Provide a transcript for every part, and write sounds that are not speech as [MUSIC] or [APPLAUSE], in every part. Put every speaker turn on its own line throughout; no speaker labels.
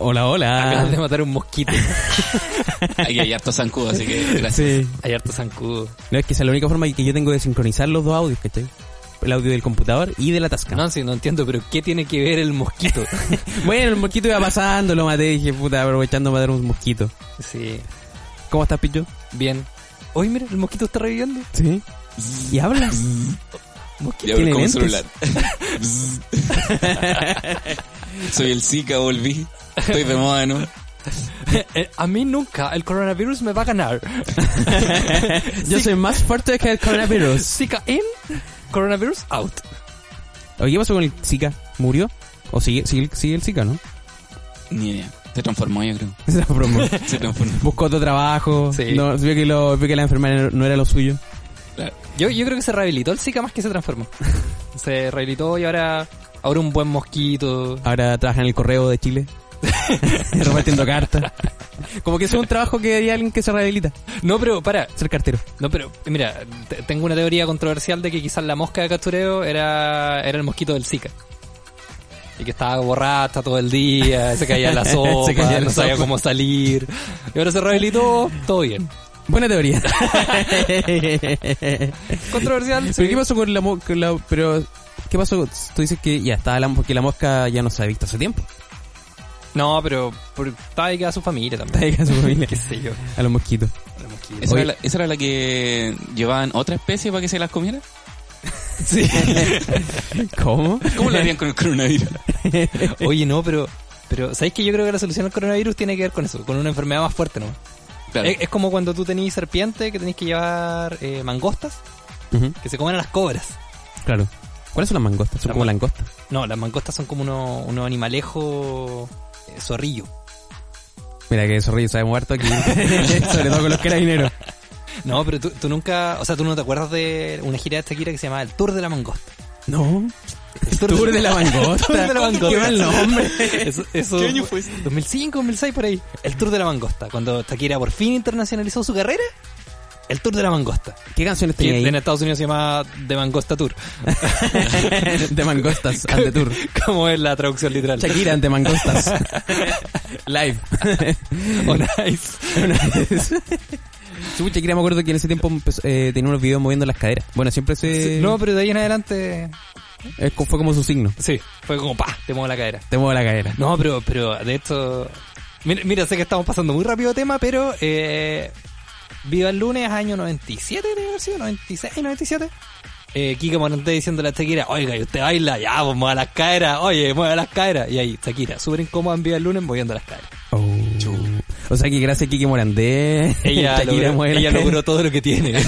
Hola,
Acaban de
hola.
matar un mosquito.
Ah. [LAUGHS] Aquí hay harto zancudo, así que gracias.
Sí.
Hay harto zancudo.
No, es que esa es la única forma que yo tengo de sincronizar los dos audios, ¿cachai? El audio del computador y de la tasca.
No, sí, no entiendo, pero ¿qué tiene que ver el
[LAUGHS]
mosquito?
Bueno, el mosquito iba pasando, lo maté, dije, puta, aprovechando matar un mosquito.
sí,
¿Cómo estás, Picho?
bien. Hoy mira, el mosquito está reviviendo.
Sí. ¿Y hablas?
Voy a ver
tiene
con un
lentes.
celular. [LAUGHS] Soy el Zika, volví. Estoy de moda, ¿no?
[LAUGHS] Eh, A mí nunca, el coronavirus me va a ganar.
Yo soy más fuerte que el coronavirus.
Zika in, coronavirus out.
Oye, ¿qué pasó con el Zika? ¿Murió? ¿O sigue, sigue, sigue el Zika, no? [LAUGHS]
Ni idea. Se transformó, yo creo.
Esa es la broma.
Se transformó.
Buscó otro trabajo.
Sí.
No, vio, que lo- vio que la enfermedad no era lo suyo.
Claro.
Yo, yo creo que se rehabilitó el Zika más que se transformó. [LAUGHS] Se rehabilitó y ahora, ahora un buen mosquito.
Ahora trabaja en el correo de [LAUGHS] Chile. repartiendo cartas. Como que eso es un trabajo que haría alguien que se rehabilita.
No, pero para,
Ser cartero.
no, pero mira, te- tengo una teoría controversial de que quizás la mosca de Castureo era, era el mosquito del Zika. Y que estaba borracha todo el día, [LAUGHS] se caía en la sopa,
Se caía en la
no sabía
sopa.
cómo salir. Y ahora se rehabilitó, todo bien.
Buena [LAUGHS] teoría.
Controversial, sí.
Pero qué pasó con la mosca, pero qué pasó? Tú dices que ya estaba la, porque la mosca ya no se ha visto hace tiempo.
No, pero por, estaba ahí queda su familia
Está
también.
ahí con su familia,
Qué sé yo.
a los mosquitos.
los mosquitos.
[LAUGHS] ¿Esa
Oye.
era, la, esa era la que llevaban otra especie para que se las comiera?
[LAUGHS] ¿Cómo?
¿Cómo lo harían con el coronavirus?
Oye, no, pero. Pero, ¿sabéis que yo creo que la solución al coronavirus tiene que ver con eso? Con una enfermedad más fuerte, ¿no?
Claro.
Es, es como cuando tú tenés serpiente que tenés que llevar eh, mangostas
Ujú,
que se comen a las cobras.
claro. ¿Cuáles son las mangostas? Son
La
como
man-
langostas.
No, las mangostas son como unos uno animalejos eh, zorrillo.
Mira que zorrillo se ha muerto aquí. [LAUGHS] Sobre todo con los carabineros.
No, pero tú, tú nunca. O sea, tú no te acuerdas de una gira de Shakira que se llamaba El Tour de la Mangosta.
No.
El
Tour de la mangosta.
Tour de la mangosta.
Qué mal nombre.
Eso, eso-
¿Qué año fue ese?
2005, 2006, por ahí. El Tour de la Mangosta. Cuando Shakira por fin internacionalizó su carrera, el Tour de la Mangosta.
¿Qué canciones
Que
tenía
en
ahí?
Estados Unidos se llama The Mangosta Tour. [LAUGHS]
de mangostas, ante tour.
como es la traducción literal. [LAUGHS]
Shakira ante mangostas. Live.
Oh, nice.
Sí, pues, Shakira me acuerdo que en ese tiempo empezó- eh, tenía unos videos moviendo las caderas. Bueno, siempre se...
Eh, No, pero de ahí en adelante.
es co- fue como su signo.
Sí, fue como pa, te muevo la cadera.
Te muevo la cadera.
No, pero, pero de esto. Mira, mira, sé que estamos pasando muy rápido tema, pero. Eh, Viva el lunes, año 97, debe haber sido, 96, 97. Eh, Kika Morante diciendo a la Shakira, oiga, y usted baila, ya, pues mueva las caderas, oye, mueva las caderas. Y ahí, Shakira, súper incómoda en Viva el lunes moviendo las caderas.
Oh. O sea que gracias a Kiki Morandé,
[LAUGHS] Ella,
[LAUGHS] Shakira
logró,
mueve la
ella
cadera.
logró todo lo que [LAUGHS] tiene.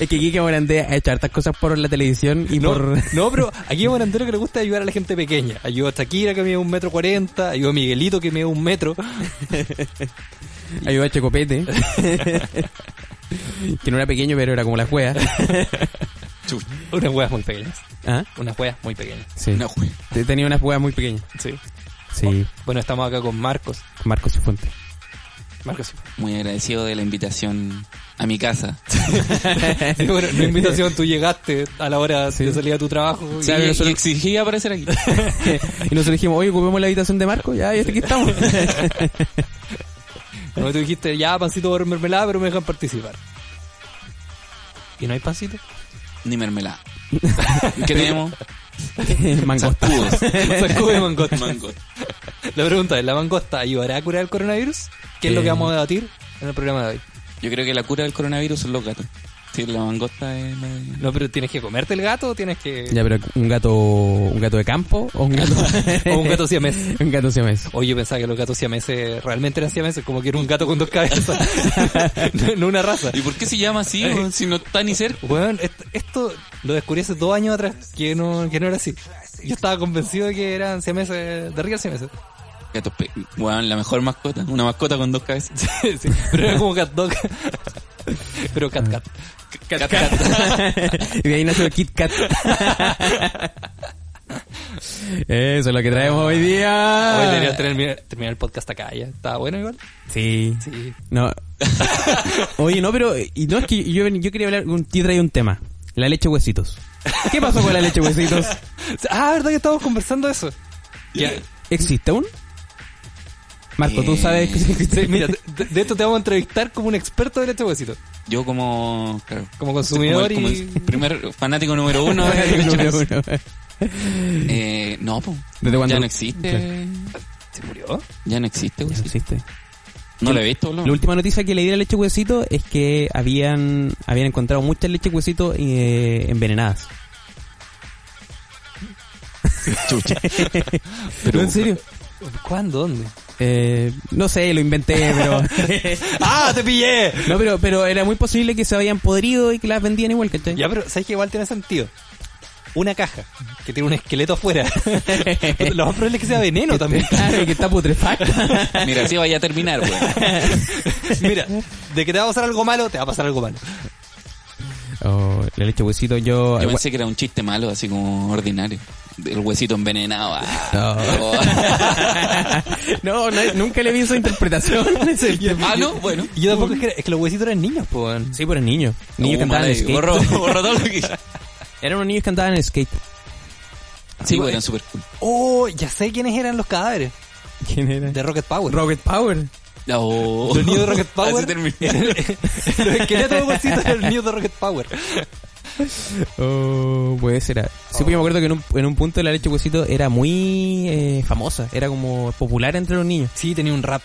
Es que Kiki Morandé ha hecho hartas cosas por la televisión y
[LAUGHS] No,
por...
no, pero aquí hay un entero que le gusta ayudar a la gente pequeña. Ayudó a Shakira que mide un metro cuarenta, ayudó a Miguelito que mide un metro. [LAUGHS]
Ayudó a Checopete. que no era pequeño, pero era como la
[LAUGHS]
juega.
Chuch,
Unas huevas muy pequeñas.
¿Ah?
Unas huevas muy pequeñas.
Sí.
no, güey.
Te- Tenía unas jugadas muy pequeñas.
Sí.
Sí.
Bueno, estamos acá con Marcos.
Marcos Cifuente. [LAUGHS]
Marcos.
Muy agradecido de la invitación a mi casa.
Sí, [LAUGHS] bueno, la invitación, tú llegaste a la hora
Sí.
de salir a tu trabajo. y-
Sí,
Claro,
y
nosotros-
exigí aparecer [LAUGHS] aquí.
[LAUGHS] y nosotros dijimos, oye, ocupemos la habitación de Marcos. Ya, y hasta aquí [LAUGHS] estamos.
bueno, tú dijiste, ya, pancito por mermelada, pero me dejan participar. ¿Y no hay pancito?
Ni [LAUGHS] mermelada. ¿Qué tenemos?
[LAUGHS] Mangosta.
[LAUGHS] Zancudos.
Sacude mangosta.
Mango.
La pregunta es, ¿la mangosta ayudará a curar el coronavirus? ¿Qué es lo
Eh.
que vamos a debatir en el programa de hoy?
Yo creo que la cura del coronavirus son los gatos. Sí, la mangosta es la de-
No, pero tienes que comerte el gato o tienes que...
Ya, pero un gato, un gato de campo [LAUGHS] o un gato,
O un gato siamés.
[LAUGHS] un gato siamés.
Oye, pensaba que los gatos siameses realmente eran siameses, como que era un gato con dos cabezas. [LAUGHS] no, no una raza.
¿Y por qué se llama así? weón? Si no está ni cerca.
Bueno, esto, lo descubrí hace dos años atrás, que no, que no era así. Yo estaba convencido de que eran siameses, de real siameses.
Gatos pe- weón, la mejor mascota. Una mascota con dos cabezas.
[LAUGHS] sí, pero era como cat dog. [LAUGHS] pero cat cat.
Cat, cat.
y de ahí nació el Kit Kat. Eso es lo que traemos hoy día.
Ah.
Hoy deberías terminar, terminar el podcast acá ya. ¿Está bueno igual?
Sí.
Sí.
No. [LAUGHS] Oye, no, pero y no es que yo, yo quería hablar un tío traía un tema, la leche
[LAUGHS]
huesitos. ¿Qué pasó con la leche huesitos?
Ah, ¿verdad que estábamos conversando eso? Que,
¿Existe aún? Marco, tú
Eh,
sabes que sí existe.
Sí, [LAUGHS] mira,
[LAUGHS]
de, de- de esto te vamos a entrevistar como un experto del huesito.
Yo como, claro,
Como consumidor
soy como el-
y-
como el primer fanático número uno
[LAUGHS]
[LAUGHS]
de
Número
Leche Max.
uno.
Eh, no, po.
¿Desde cuándo?
ya no existe.
¿Se murió?
Ya no existe,
Ya
güey.
no existe.
No lo he visto, boludo.
La última noticia que leí de la leche huesito es que habían, habían encontrado muchas leche huesito eh,
[LAUGHS]
envenenadas. [LAUGHS]
Pero-
¿En serio?
¿Cuándo? ¿Dónde?
Eh, no sé, lo inventé, pero...
[LAUGHS] ¡Ah, te pillé!
no, pero, pero era muy posible que se habían podrido y que las vendían igual, ¿cachai? [LAUGHS]
Ya, pero ¿sabes que igual tiene sentido? Una caja que tiene un esqueleto afuera. [LAUGHS] Lo más probable es que sea veneno también.
Claro, que está
[LAUGHS]
putrefacta.
[LAUGHS] Mira, así vaya a terminar, güey.
Mira, de que te va a pasar algo malo, te va a pasar algo malo.
Oh, la leche huesito yo...
Yo
igual-
pensé que era un chiste malo, así como ordinario. El huesito envenenado. ah.
No. [LAUGHS] No, no, nunca le vi esa interpretación. [LAUGHS]
Ah, no, bueno.
Y yo tampoco es que, es que los huesitos eran niños, pues.
Sí, pero niño. Niños
Oh,
cantaban en
mala idea.
skate.
Borro, borro todo lo que
Eran unos niños que cantaban en skate.
Sí, güey, eran súper cool.
Oh, ya sé quiénes eran los cadáveres
¿Quién era?
de Rocket Power.
Rocket Power.
[LAUGHS]
Oh.
Los niños de Rocket Power.
Así terminé.
los esqueletos de huesitos eran niños de Rocket Power.
Oh, puede ser. Sí, porque yo me acuerdo que en un, en un punto la leche huesito era muy eh, famosa. Era como popular entre los niños.
Sí, tenía un rap,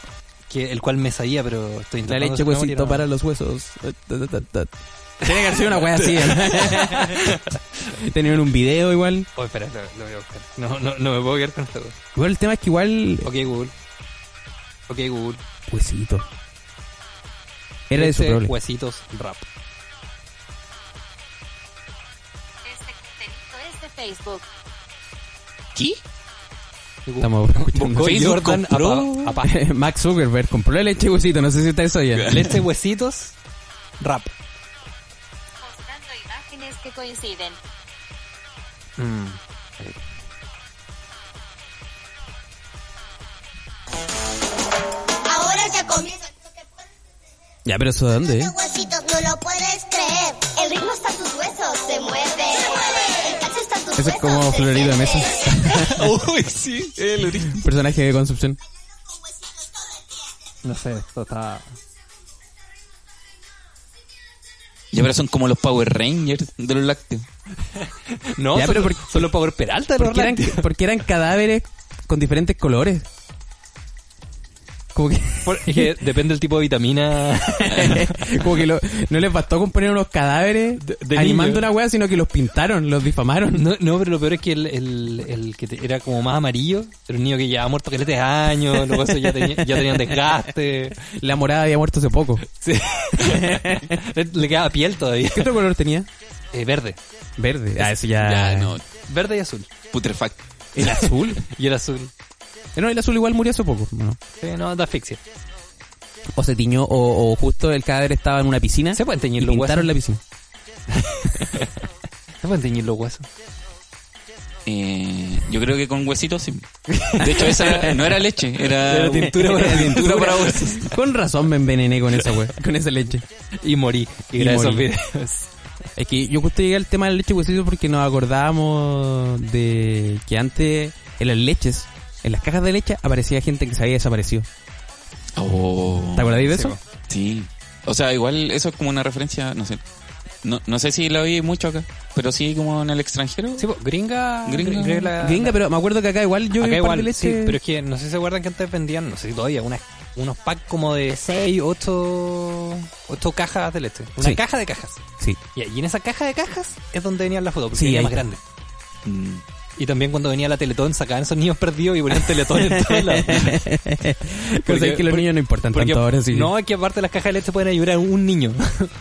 que, el cual me sabía, pero estoy
La
intentando...
leche huesito para los huesos. Tiene que haber sido una wea así. [LAUGHS] ¿no? Tenían un video igual.
Oh, espera, lo, lo voy a buscar. No, no, no me puedo quedar con esto.
Igual el tema es que igual...
Ok, Google. Ok, Google.
Huesito. Era de su
Leche,
problema.
Huesitos rap.
Este contenido es de Facebook.
¿Qué?
Estamos escuchando.
Buscó
Facebook
Jordan
[LAUGHS]
compró-
apa- apa.
Max Zuckerberg compró la leche huesito, no sé si está eso ya. [LAUGHS]
Leche huesitos rap.
Mostrando imágenes que coinciden.
Ahora ya comienza.
Ya, pero eso de dónde, eh?
Los huesitos no lo puedes creer. El ritmo está en tus huesos, se mueve. El calcio está en tus
Eso
huesos.
es como
se
Florido de
siente.
Mesa.
[LAUGHS] Uy, sí, el origen.
Personaje de Concepción.
No sé, esto está...
Y ahora son como los Power Rangers de los lácteos.
No,
Ya,
son,
pero
los-
por-
son los Power Peralta, los
Porque eran,
Rap.
[LAUGHS] porque eran cadáveres con diferentes colores. Como que, [LAUGHS]
Por- [LAUGHS] es que depende del tipo de vitamina.
como que lo- no les bastó con poner unos cadáveres
De- de
animando
niño.
una wea, sino que los pintaron, los difamaron.
No, no, pero lo peor es que el, el- el que te- era como más amarillo era un niño que llevaba muerto caleta de años, los huesos ya, tenía- ya tenían desgaste.
[LAUGHS] La morada había muerto hace poco.
Sí. le, le quedaba piel todavía.
¿Qué otro color tenía?
Eh, verde.
Verde. Ah, eso ya.
Ya, no,
Verde y azul.
putrefacto.
El azul.
[LAUGHS] Y el azul.
Eh, No, el azul igual murió hace poco. ¿no?
Sí, no, da asfixia.
O se tiñó, o, o justo el cadáver estaba en una piscina.
Se pueden
y
teñir los huesos.
pintaron la piscina.
Se pueden teñir los huesos.
Eh, yo creo que con huesitos sí. De hecho, esa era- no era leche, [LAUGHS] era,
Era tintura para-
[LAUGHS]
era tintura para huesos.
Con razón me envenené con esa wea, con esa leche.
Y morí. Y,
Y
gracias a esos
morí.
videos.
Es que yo justo llegué al tema de la leche huesito porque nos acordábamos de que antes en las leches, en las cajas de leche, aparecía gente que se había desaparecido.
Oh,
¿Te acordáis de eso?
sí. O sea, igual eso es como una referencia, no sé. No, no sé si la oí mucho acá, pero sí como en el extranjero.
Sí, po, gringa.
Gringa.
la-
Gringa, pero me acuerdo que acá igual yo vi
Ah, Acá
un par de
igual,
leche.
sí, pero es que no sé si se acuerdan que antes vendían, no sé si todavía, unas- unos packs como de 6, 8, 8 cajas de leche. Una
Sí.
caja de cajas.
Sí.
Y y en esa caja de cajas es donde venían las fotos, porque
Sí,
venía
ahí
más
está.
grande.
Mm.
Y también cuando venía la Teletón sacaban esos niños perdidos y ponían Teletón en
[LAUGHS]
todos lados.
Pero sabéis que los
por-
niños no importan
Porque
tanto ahora, sí.
No, es que aparte las cajas de leche pueden ayudar a un niño. [LAUGHS]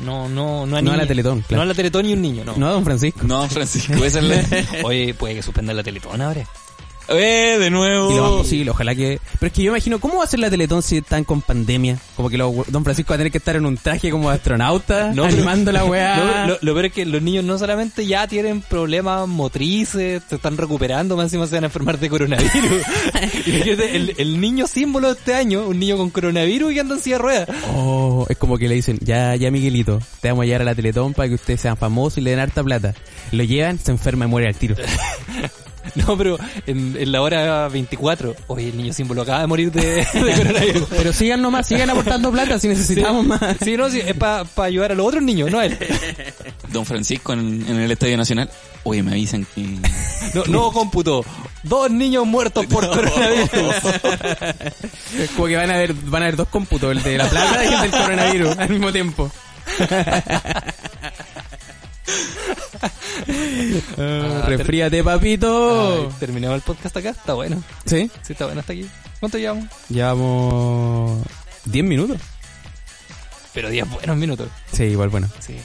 No, no, no a,
No a la
niños.
Teletón, claro.
No a la Teletón y un niño, no.
No, don Francisco.
No, Francisco, esa
[LAUGHS]
es la... [LAUGHS]
Oye, puede que suspendan la Teletón ahora.
¡Eh, de
Y
nuevo!
Oh.
lo más posible, ojalá que... Pero es que yo imagino, ¿cómo va a ser la Teletón si están con pandemia? Como que lo- don Francisco va a tener que estar en un traje como de astronauta,
[LAUGHS] No, pero-
animando la weá.
No, lo, lo peor es que los niños no solamente ya tienen problemas motrices, se están recuperando, más encima se van a enfermar de
[LAUGHS]
coronavirus. [LAUGHS] Imagínate, el, el niño símbolo de este año, un niño con coronavirus y que anda en silla de ruedas.
Oh, es como que le dicen, ya, ya Miguelito, te vamos a llevar a
[LAUGHS]
la Teletón para que ustedes sean famosos y le den harta plata. Lo llevan, se enferma y muere al tiro.
No, pero en, en la hora 24, oye, el niño símbolo acaba de morir de, [LAUGHS] de coronavirus.
[LAUGHS] Pero sigan nomás, sigan aportando plata si necesitamos más.
Sí, no, sí, es para ayudar a los otros niños, no a él.
Don Francisco en, en el Estadio Nacional. Oye, me avisan que.
[LAUGHS]
No, no cómputo. Dos niños muertos por coronavirus.
Es Como que van a haber, van a haber dos cómputos, el de la plata y el del coronavirus al mismo tiempo. Ah, Refríate, papito.
Ay, Terminamos el podcast acá, está bueno.
¿Sí?
Sí, está bueno hasta aquí. ¿Cuánto llevamos?
Llevamos 10 minutos.
Pero 10 buenos minutos.
Sí, igual, bueno.
Sí.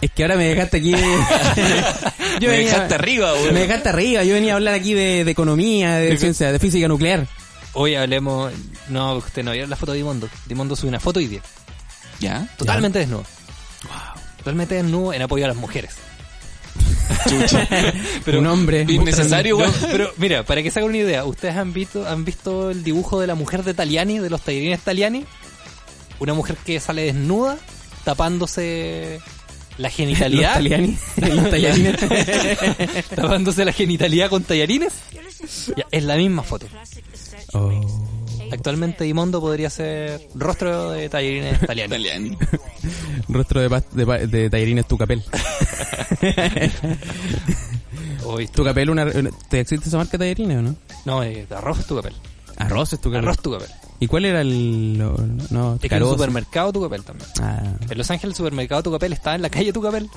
Es que ahora me dejaste aquí. [LAUGHS] yo
me
venía-
dejaste arriba, weón.
Me dejaste arriba. Yo venía a hablar aquí de, de economía, de ciencia, de física nuclear.
Hoy hablemos. No, usted no vieron la foto de Dimondo. Dimondo subió una foto hoy día.
¿Ya?
Totalmente desnudo. Totalmente desnudo en apoyo a las mujeres.
Chucha.
un hombre.
Innecesario,
No,
weón.
pero mira, para que se hagan una idea, ¿ustedes han visto, han visto el dibujo de la mujer de Taliani, de los tallerines Taliani? Una mujer que sale desnuda, tapándose la
Los
genitalidad.
taliani.
[LAUGHS]
Los tallarines.
tapándose la genitalidad con tallarines. Ya, es la misma foto.
[LAUGHS] Oh.
Actualmente Dimondo podría ser rostro de tallarines Taliani.
Italiani.
Rostro de, pas- de, pa- de tallerines tu
[LAUGHS]
capel.
Hoy está-
Tu capel, una, una- ¿te existe esa marca de tallerines o no?
No, eh, arroz tu papel.
Arroz es tu capel.
Arroz tu papel.
¿Y cuál era el.? lo- no,
Es que en el
carozo?
supermercado tu papel también.
Ah,
En Los Ángeles el supermercado tu papel está en la calle tu papel.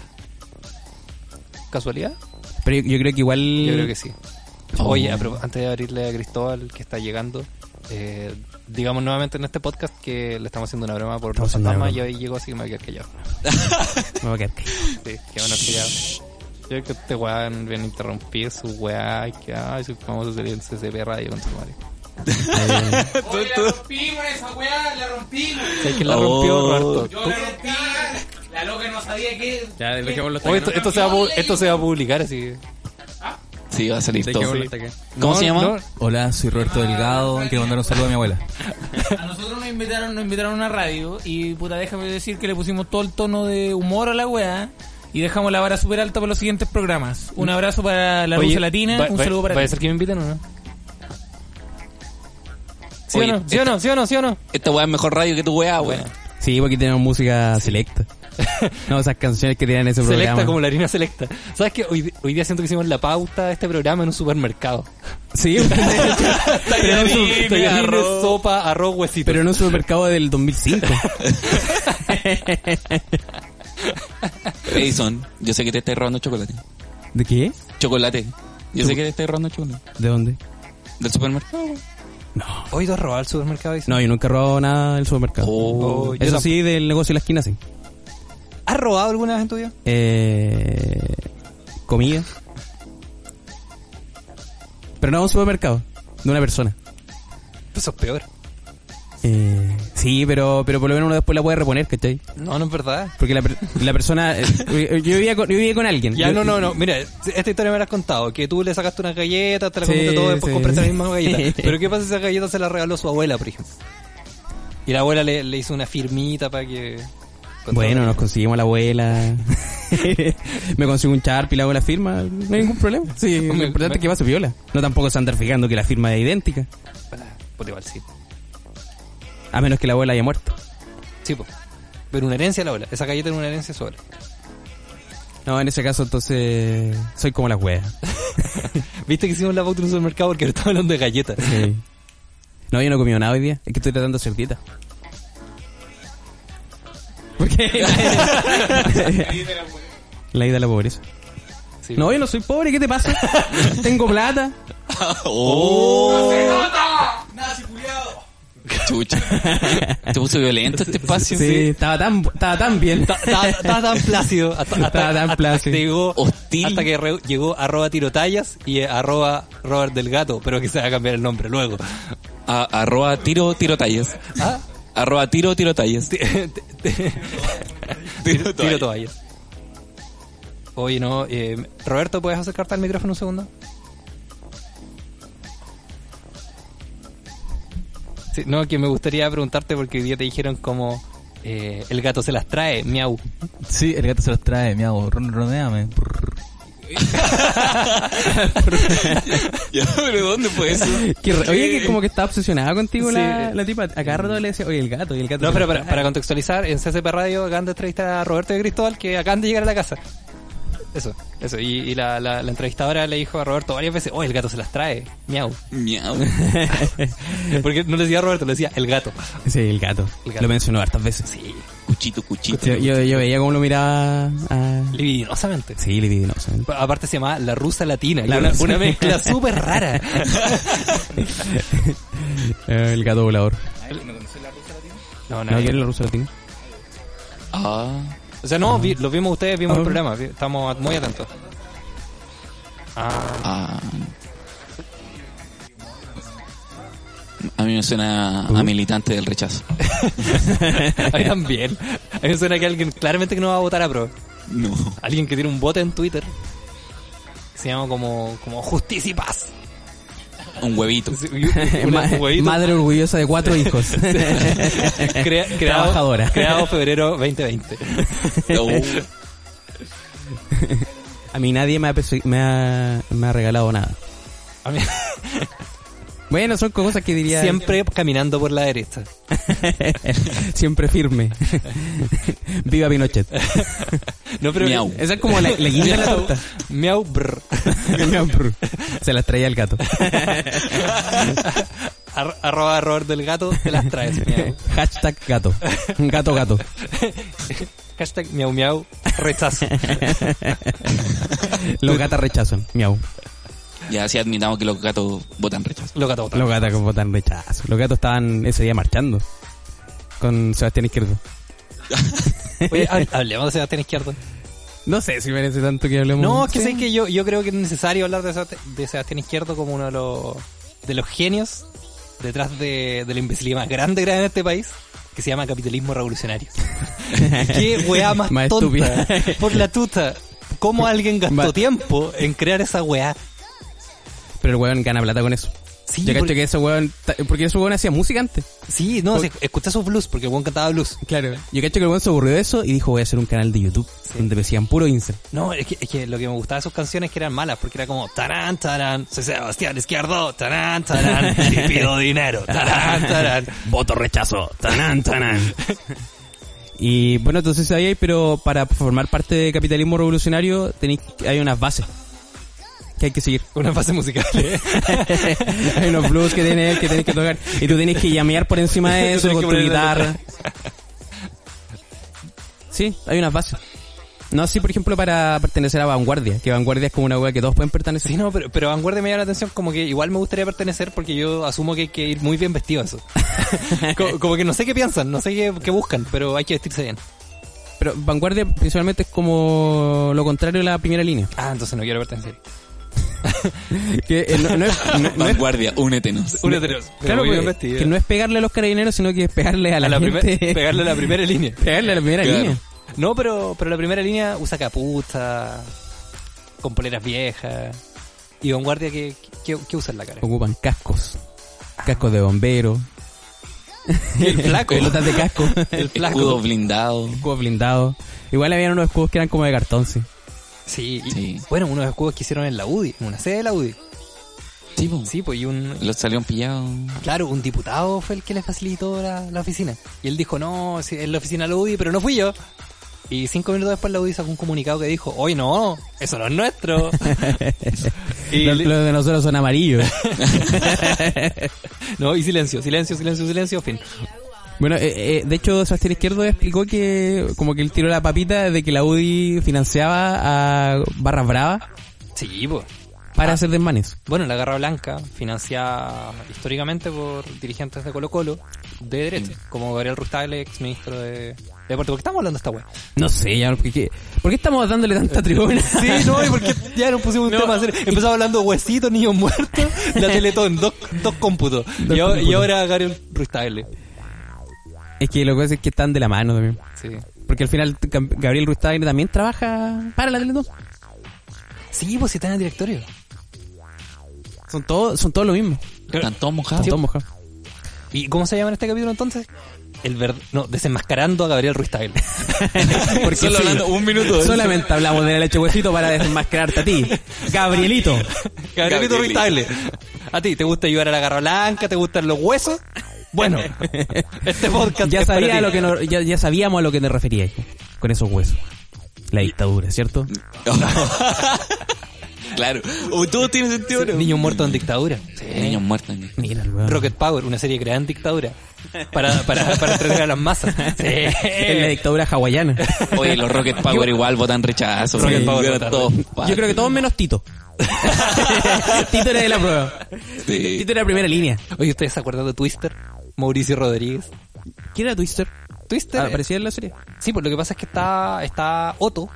¿Casualidad?
pero yo, yo creo que igual.
Yo creo que sí.
Mm. Oh.
Oye, a pro- antes de abrirle a Cristóbal, que está llegando, eh, digamos nuevamente en este podcast que le estamos haciendo una broma por
Estamos
los
haciendo una
fantasmas y
broma.
hoy llegó así que me voy a quedar callado.
Me voy a
[LAUGHS]
quedar.
Sí, que van a tirar. Yo creo que este weón viene a interrumpir su weá y que ay, soy famoso salir en CCP Radio con su madre. Sé que la
Oh.
rompió Roberto. Tú-
Ya, dejemos los
Oye, esto, esto se va a, pu- esto se va a publicar así. que-
Sí, va a salir todo.
bueno.
¿Cómo
No,
se llama?
no,
Hola, soy Roberto Delgado. Quiero mandar un saludo a mi abuela.
A nosotros nos invitaron, nos invitaron a una radio y puta, déjame decir que le pusimos todo el tono de humor a la weá y dejamos la vara súper alta para los siguientes programas. Un abrazo para la
Oye,
Rusa Latina,
va-
un
va-
saludo para
¿Va a
ti.
ser que me inviten o no? ¿Sí
Oye,
o no? ¿Sí o no? Ah. ¿Sí o no? ¿Sí o no?
Esta weá es mejor radio que tu weá, weón.
Sí, porque aquí tenemos música
[LAUGHS]
selecta. No, esas canciones que tienen en ese
Selecta
programa.
como la harina selecta. ¿Sabes qué? Hoy, hoy día siento que hicimos la pauta de este programa en un [LAUGHS] supermercado.
Sí, pero, en un su-
Tallarines, sopa, arroz, huesito.
pero en un supermercado del 2005.
Edison, yo sé que te estás robando chocolate.
¿De qué?
Chocolate. Yo sé que te estás robando chocolate.
¿De dónde?
[LAUGHS]
Del supermercado. weón.
Hoy dos robar al supermercado. Dice.
No, yo nunca he robado nada del supermercado.
Oh,
Oh, yo
Eso
tampoco.
sí, del negocio de la esquina, sí.
¿Has robado alguna vez en tu vida?
Eh, comida. Pero no a un supermercado, de una persona.
Eso es peor.
Eh, sí, pero, pero por lo menos uno después la puede reponer, ¿cachai?
No, no es verdad.
Porque la, per- la persona... eh, [LAUGHS] yo, vivía con, yo vivía con alguien.
Ya,
Yo-
no, no, no. Mira, esta historia me la has contado. Que Ah, tú le sacaste una galleta, te la
Sí,
comiste todo, después
sí.
compraste la misma galleta.
[LAUGHS]
Pero ¿qué pasa si esa galleta se la regaló su abuela, por ejemplo? Y la abuela le, le hizo una firmita para que...
Bueno, nos conseguimos a la
[LAUGHS]
abuela. me consigo un charp y le hago la firma. No hay ningún problema. Sí, lo
Me-
importante
me-
es que pase viola. No tampoco se andar fijando que la firma es idéntica.
Ah, puta, igual, sí.
A menos que la abuela haya muerto.
Sí, po. Pero una herencia a la abuela. Esa galleta era una herencia a su abuela.
No, en ese caso entonces soy como las
[LAUGHS]
weas.
Viste que hicimos la pauta en un supermercado porque [LAUGHS] ahora estamos hablando de galletas.
Sí. No, yo no he comido nada hoy día. Es que estoy tratando de hacer dieta. ¿Por
[LAUGHS]
qué? La ida a la pobreza.
Sí.
No, yo no soy pobre, ¿qué te
[LAUGHS]
pasa? Tengo plata.
Oh.
¡Oh!
Chucha. Te puso violento este espacio.
Sí, estaba tan, estaba tan bien.
Estaba
[LAUGHS]
estaba tan plácido. Hasta, hasta-
Estaba tan
hasta-
plácido.
hasta que llegó,
Hostil.
Hasta que re- [LAUGHS] llegó arroba tirotallas y eh, arroba Robert del Gato, pero que se va a cambiar el nombre luego.
A- arroba tiro tiro tallas.
Ah.
Arroba tiro tiro tallas. [LAUGHS]
Tiro, tiro toallas. Oye, no. eh, Roberto, ¿puedes acercarte al micrófono un segundo? Sí, no, que me gustaría preguntarte porque hoy día te dijeron como eh, el gato se las trae, miau. [LAUGHS]
Sí, el gato se los trae, mi hago. Ron, roneame.
[LAUGHS] ya, pero ¿dónde fue eso?
Que re- oye, que como que está obsesionada contigo
Sí.
la, la tipa. A cada rato le decía, oye, el gato, y el gato.
No,
se
pero
me
para,
cae.
para contextualizar, en CCP Radio acaban de entrevistar a Roberto de Cristóbal que acaban de llegar a la casa. Eso, eso. Y, y la, la- la entrevistadora le dijo a Roberto varias veces, oh, el gato se las trae.
[LAUGHS]
Miau.
Miau.
Porque no le decía a Roberto, le decía el gato.
Sí, el gato.
El gato.
Lo mencionó hartas veces.
Sí,
Cuchito, cuchito.
Yo, yo, yo veía cómo lo miraba a...
libidinosamente.
Sí, libidinoso.
Aparte se llamaba la rusa latina. que
La
una,
rusa. [LAUGHS]
una mezcla súper rara.
El gato volador.
No,
¿No quiere la rusa latina?
Ah.
O sea, no, vi- lo vimos ustedes, vimos el
Ah.
programa. vi- Estamos muy atentos. Ah,
Ah. A mí me suena a
¿Tú?
militante del rechazo.
a mí también. A mí me suena que alguien, claramente que no va a votar a pro.
No.
Alguien que tiene un bote en Twitter. Que se llama como, como Justicia y Paz.
Un huevito.
Sí, y- y- una-
Ma-
un huevito
madre orgullosa de cuatro hijos.
[LAUGHS] crea- creado-
Eh, trabajadora.
Creado febrero 2020.
No.
a mí nadie me ha, perse- me ha, me ha regalado nada.
A mí-
[LAUGHS] Bueno, son cosas que diría...
siempre caminando por la derecha.
[LAUGHS] Siempre firme. [LAUGHS] Viva Pinochet.
No,
eh,
pero.
Miau.
Esa es como la, la guinda de la
Miau,
torta. [LAUGHS]
miau, brr.
Se las traía el gato.
[LAUGHS]
[LAUGHS]
Ar- arroba error del gato, te las traes, miau.
Hashtag gato. Gato gato. [LAUGHS]
Hashtag miau miau, rechazo.
Los gatas rechazan. Miau.
Ya así admitamos que los gatos votan rechazo.
Lo gato botado.
Los gatos que votan rechazo. Los gatos estaban ese día marchando. Con Sebastián Izquierdo.
Oye, ha- hablemos de Sebastián Izquierdo.
No sé si merece tanto que hablemos.
No, es que
Sí.
sé que yo, yo creo que es necesario hablar de, Sebast- de Sebastián Izquierdo como uno de los, de los genios detrás de, de la imbecilidad más grande que hay en este país, que se llama
[LAUGHS]
capitalismo revolucionario. Qué weá más,
Más
tonta.
estúpida.
Por la tuta. ¿Cómo alguien gastó
Más-
tiempo en crear esa weá?
Pero el weón gana plata con eso.
Sí,
yo cacho
porque-
que ese weón. ta- Porque ese weón hacía música antes.
Sí, no, se- escuché sus blues, porque el buen cantaba blues.
Claro. Yo cacho que el weón se aburrió de eso y dijo: Voy a hacer un canal de YouTube. Donde me sigan puro Insta.
No, es que, es que lo que me gustaba de sus canciones es que eran malas, porque era como tarán, tarán, soy Sebastián Izquierdo, tarán, [LAUGHS] tarán, y pido dinero, tarán, tarán.
Voto rechazo. Tanán, tanán. [LAUGHS] Y bueno, entonces sabíais, pero para formar parte de capitalismo revolucionario tenéis, hay unas bases que hay que seguir.
[LAUGHS] Una fase musical, ¿eh?
[LAUGHS] hay unos blues que tienes que, tienes que tocar y tú tienes que llamear por encima de
[LAUGHS] Tú
eso
tienes
con
que
tu
poner la
guitarra. Sí, hay unas bases. No así, por ejemplo, para pertenecer a Vanguardia, que Vanguardia es como una wea que todos pueden pertenecer.
Sí, no, pero, pero Vanguardia me llama la atención como que igual me gustaría pertenecer porque yo asumo que hay que ir muy bien vestido a [LAUGHS] eso. Co- como, que no sé qué piensan, no sé qué, qué buscan, pero hay que vestirse bien.
Pero Vanguardia principalmente es como lo contrario de la primera línea.
Ah, entonces no quiero pertenecer.
Que eh, no, no es, no- no
[LAUGHS]
es-
Vanguardia, únetenos.
Uno de los-
[LAUGHS]
pero
claro,
muy bien
porque-
vestido.
pues, que no es pegarle a los carabineros, sino que es pegarle a la,
A la primer-
gente.
pegarle a
[LAUGHS]
la primera línea.
pegarle a la primera
Claro.
línea.
No, pero, pero la primera línea usa capucha, con poleras viejas. ¿Y Vanguardia qué, qué, qué usa en la cara?
Ocupan cascos. Cascos de bombero.
[LAUGHS] El flaco.
Pelotas de casco. [LAUGHS]
El flaco.
Escudo blindado.
escudos blindados. Igual había unos escudos que eran como de cartón, sí.
Sí, y-
Sí.
Bueno, unos escudos que hicieron en la UDI, en una sede de la UDI.
Sí, po.
Sí, pues y un,
Los salieron pillados.
Claro, un diputado fue el que le facilitó la, la oficina. Y él dijo, no, sí, es la oficina de la UDI, pero no fui yo. Y cinco minutos después la UDI sacó un comunicado que dijo, hoy no, eso no
[LAUGHS]
es nuestro. y,
Los,
le-
los de nosotros son
[LAUGHS]
amarillos.
no, y silencio, silencio, silencio, silencio, fin.
bueno, eh, eh, de hecho, Sebastián Izquierdo explicó que como que él tiró la papita de que la UDI financiaba a Barras Bravas
Sí, pues.
para hacer desmanes.
Bueno, la Garra Blanca, financiada históricamente por dirigentes de Colo Colo, de derecha, como Gabriel Rustales, ex ministro de Deporte. ¿Por qué estamos hablando de esta weá?
No sé, ya, ¿por qué, por qué estamos dándole tanta tribuna?
[LAUGHS] Sí, no, y porque ya nos pusimos un tema serio. Empezaba hablando de huesitos,
[LAUGHS]
niños muertos, la Teletón, dos, dos cómputos.
Dos
y, ahora- y
cómputos.
ahora Gabriel Rustagle.
Es que lo que pasa es que están de la mano también.
Sí.
Porque al final Cam- Gabriel Ruiz Tagle también trabaja para la Teletón.
Sí, pues si está en el directorio.
Son todos son todos lo mismo.
Están todos mojados.
Están todos mojados.
¿Y cómo se llama en este capítulo entonces?
el ver- no, desenmascarando a Gabriel Ruiz Tagle.
Porque
Solo
sí,
hablando
[LAUGHS]
un minuto. de eso.
solamente hablamos de la leche huesito para desmascararte a ti. Gabrielito.
Gabrielito Ruiz Tagle.
Gabrielito.
¿A ti te gusta ayudar a la garra blanca? ¿Te gustan los huesos? Bueno, este podcast
Ya,
es para
sabía
ti.
lo que nos- ya, ya sabíamos a lo que te referías con esos huesos. La dictadura, ¿cierto?
[LAUGHS] claro. O todo tiene sentido, ¿no?
Niños muertos en dictadura.
Eh.
Niños muertos. niños.
Mira, el weón. [LAUGHS]
Rocket Power, una serie creada en dictadura. Para, para, para entretener a las masas.
En la dictadura hawaiana.
Oye, los Rocket Power igual votan rechazo.
Rocket
güey.
Power
Era
votan.
todo
Yo creo que todos menos Tito. Tito era de la prueba.
Sí.
Tito era de primera línea.
[LAUGHS] Oye, ¿ustedes se acuerdan de Twister? Mauricio Rodríguez.
¿Quién era Twister?
Twister.
Ah, ¿Aparecía en la serie?
Sí, pues lo que pasa es que está, está Otto,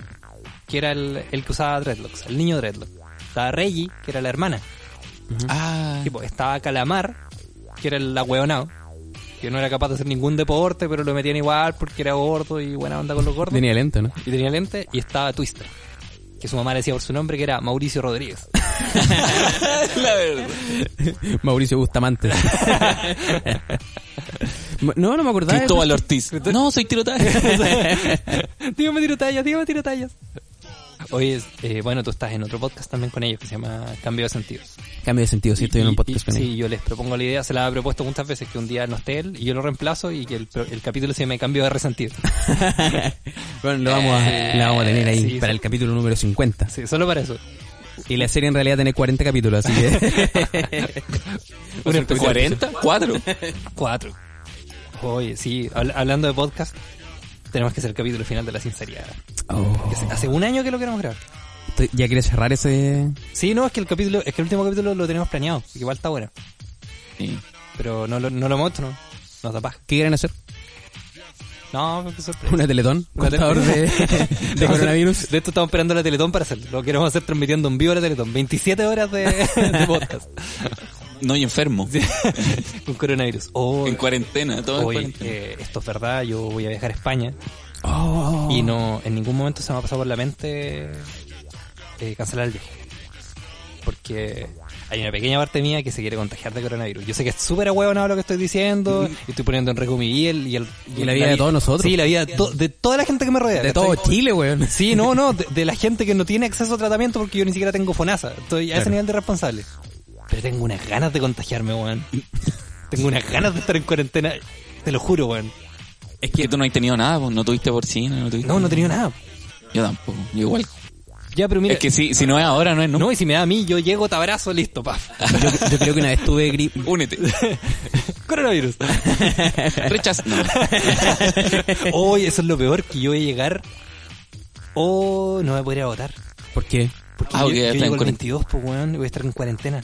que era el, el que usaba dreadlocks, el niño dreadlock. Estaba Reggie, que era la hermana.
Ah,
Sí, pues, estaba Calamar, que era el ahueonado. Que no era capaz de hacer ningún deporte, pero lo metían igual porque era gordo y buena onda con los gordos.
Tenía lento, ¿no?
Y tenía lente. Y estaba Twister, que su mamá le decía por su nombre, que era Mauricio Rodríguez.
la verdad.
[LAUGHS] Mauricio Bustamante. no, no me acordaba. de-
Cristóbal Ortiz. No, soy [LAUGHS] tirotaje.
[LAUGHS] dígame tiro tallas, dígame tiro tallas. Oye, eh, bueno, tú estás en otro podcast también con ellos que se llama Cambio de Sentidos.
Cambio de sentido, sí, estoy en un
Y-
podcast
y-
con él.
Sí, yo les propongo la idea, se la he propuesto muchas veces, que un día no esté él y yo lo reemplazo y que el, pro- el capítulo se llame Cambio de Resentido. [LAUGHS]
bueno, lo vamos, a, la vamos a tener ahí
Sí,
para
sí.
el capítulo número 50.
Sí, solo para eso.
Y la serie en realidad tiene 40 capítulos, así que.
Un especial.
¿40? ¿Cuatro?
Cuatro. Oye, sí, habl- hablando de podcast, tenemos que hacer el capítulo final de la sinceridad.
[LAUGHS] Oh,
Hace- Hace un año que lo queremos grabar.
estoy- ¿Ya quieres cerrar ese.?
Sí, no, es que el capítulo, es que el último capítulo lo tenemos planeado, que igual está bueno,
Sí.
pero no lo, no lo muestro, no, nos da paja.
¿Qué quieren hacer? [LAUGHS]
No, porque sorpresa.
¿Una teletón?
Una
¿Contador de, [LAUGHS] de coronavirus?
De esto estamos esperando la Teletón para hacerlo. Lo queremos hacer transmitiendo en vivo la Teletón. 27 horas de, [LAUGHS] de podcast.
No, y enfermo.
Con coronavirus. Oh,
En cuarentena, todo en
oye,
cuarentena.
eh, esto es verdad. Yo voy a viajar a España.
Oh,
Y no, en ningún momento se me ha pasado por la mente eh, cancelar el viaje. Porque hay una pequeña parte mía que se quiere contagiar de coronavirus. Yo sé que es súper ahuevonado lo que estoy diciendo. y estoy poniendo en riesgo mi vida y, el- y el-
Y la vida de todos nosotros.
Sí, la vida de, to- de toda la gente que me rodea.
de
¿cachai?
todo Chile, [LAUGHS] weón.
Sí, no, no, de, de la gente que no tiene acceso a tratamiento porque yo ni siquiera tengo FONASA. Estoy a ese
Claro.
nivel de responsable. Pero tengo unas ganas de contagiarme, weón. tengo unas ganas de estar en cuarentena. Te lo juro, weón.
Es que tú no has tenido nada, pues, no tuviste porcina, no tuviste.
No, no he tenido nada.
Yo tampoco, yo igual.
Ya, pero mira.
Es que si, si no es ahora, no es
no.
nunca.
y si me da a mí, yo llego, te abrazo, listo,
[LAUGHS]
paf.
Yo, yo creo que una vez tuve gripe.
Únete.
[LAUGHS] Coronavirus.
Rechazo. [LAUGHS] No.
Hoy, eso es lo peor que yo voy a llegar. Oh, no me podría votar.
¿Por qué?
Porque
Ah,
yo,
ok, ya
yo
está en
llego el
cuarentena.
22, pues, weón, y voy a estar en cuarentena.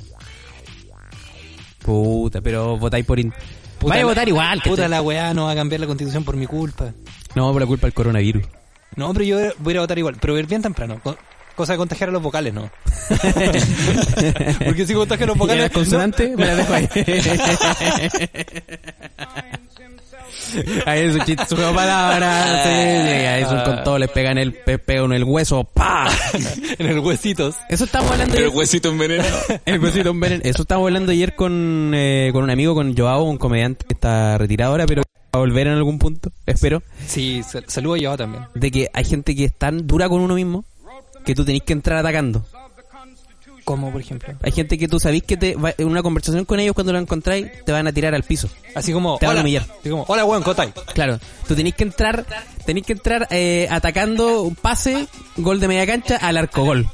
Puta, pero votáis por. in- Vaya a
la-
votar igual,
Puta
¿cachai?
la weá, no va a cambiar la constitución por mi culpa.
No, por la culpa del coronavirus.
No, pero yo voy a ir a votar igual, pero voy a ir bien temprano. co- cosa de contagiar a los
[LAUGHS]
vocales, ¿no? [LAUGHS] Porque si contagian los
¿Y a
vocales...
las consonantes? Me las dejo ahí. ahí es un chiste, su juego de palabras. Sí, sí, ahí son con todo, les pegan el pe- pega uno el hueso. ¡Pa!
no, [LAUGHS] en el huesitos.
Eso estamos hablando
Pero
ayer.
el huesito envenenado. [LAUGHS]
El huesito en Belén. Eso estábamos hablando ayer con, eh, con un amigo, con Joao, un comediante que está retirado ahora, pero va a volver en algún punto, espero.
Sí, sal- saludo yo también.
De que hay gente que es tan dura con uno mismo que tú tenés que entrar atacando.
¿Cómo, por ejemplo?
Hay gente que tú sabés que te va- en una conversación con ellos cuando lo encontráis te van a tirar al piso.
[LAUGHS] Así como...
Te van a
hola,
humillar.
Así como, hola, weón, Cotay.
Claro, tú tenés que entrar, tenés que entrar eh, atacando un pase, gol de media cancha al arco gol.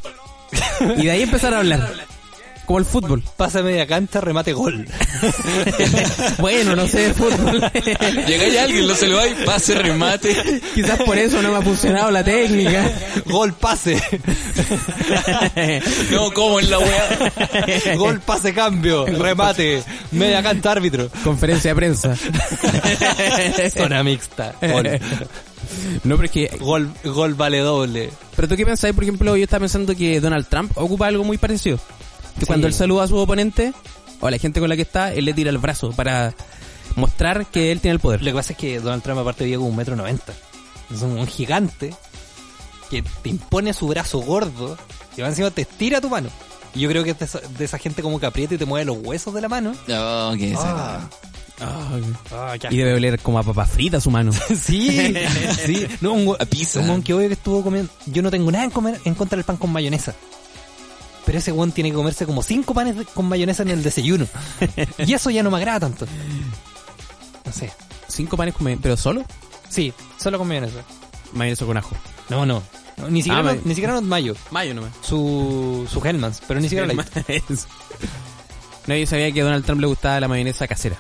Y de ahí empezar a hablar. Como el fútbol. [LAUGHS]
Pasa media cancha, remate, gol.
bueno, no sé de fútbol.
Llega ya alguien, lo saludáis, pase, remate.
Quizás por eso no me ha funcionado la técnica.
[LAUGHS]
[LAUGHS]
gol, pase.
No, como en la wea.
gol, pase, cambio. Remate. Media
[LAUGHS]
cancha, árbitro.
Conferencia de prensa.
Zona mixta. Gol,
No, pero es que.
gol, gol vale doble.
Pero tú qué pensáis, por ejemplo, yo estaba pensando que Donald Trump ocupa algo muy parecido. Que cuando él saluda a su oponente, o a la gente con la que está, él le tira el brazo para mostrar que él tiene el poder.
Lo que pasa es que Donald Trump aparte vive con un metro noventa. Es un, un gigante que te impone su brazo gordo y va encima te estira tu mano.
oh,
Y yo creo que es de esa, de esa gente como que aprieta y te mueve los huesos de la mano.
No, qué desagradable.
Ah, qué
Y debe oler como a papas fritas su
[LAUGHS]
mano.
Sí, sí. No, un,
A pizza.
pizza. un weón que obvio que estuvo comiendo. Yo no tengo nada en, comer, en contra del pan con mayonesa. Pero ese weón tiene que comerse como cinco panes de- con mayonesa en el [LAUGHS] desayuno. y eso ya no me agrada [LAUGHS] tanto. No sé.
Cinco panes con may- pero solo.
Sí, solo con mayonesa.
Mayonesa con ajo.
No, no. No, ni siquiera,
Ah,
no-
me-
ni siquiera no es mayo.
Mayo nomás.
Su, su Hellmans, pero ni siquiera la
[LAUGHS] Nadie sabía que a Donald Trump le gustaba la mayonesa
[LAUGHS]
casera.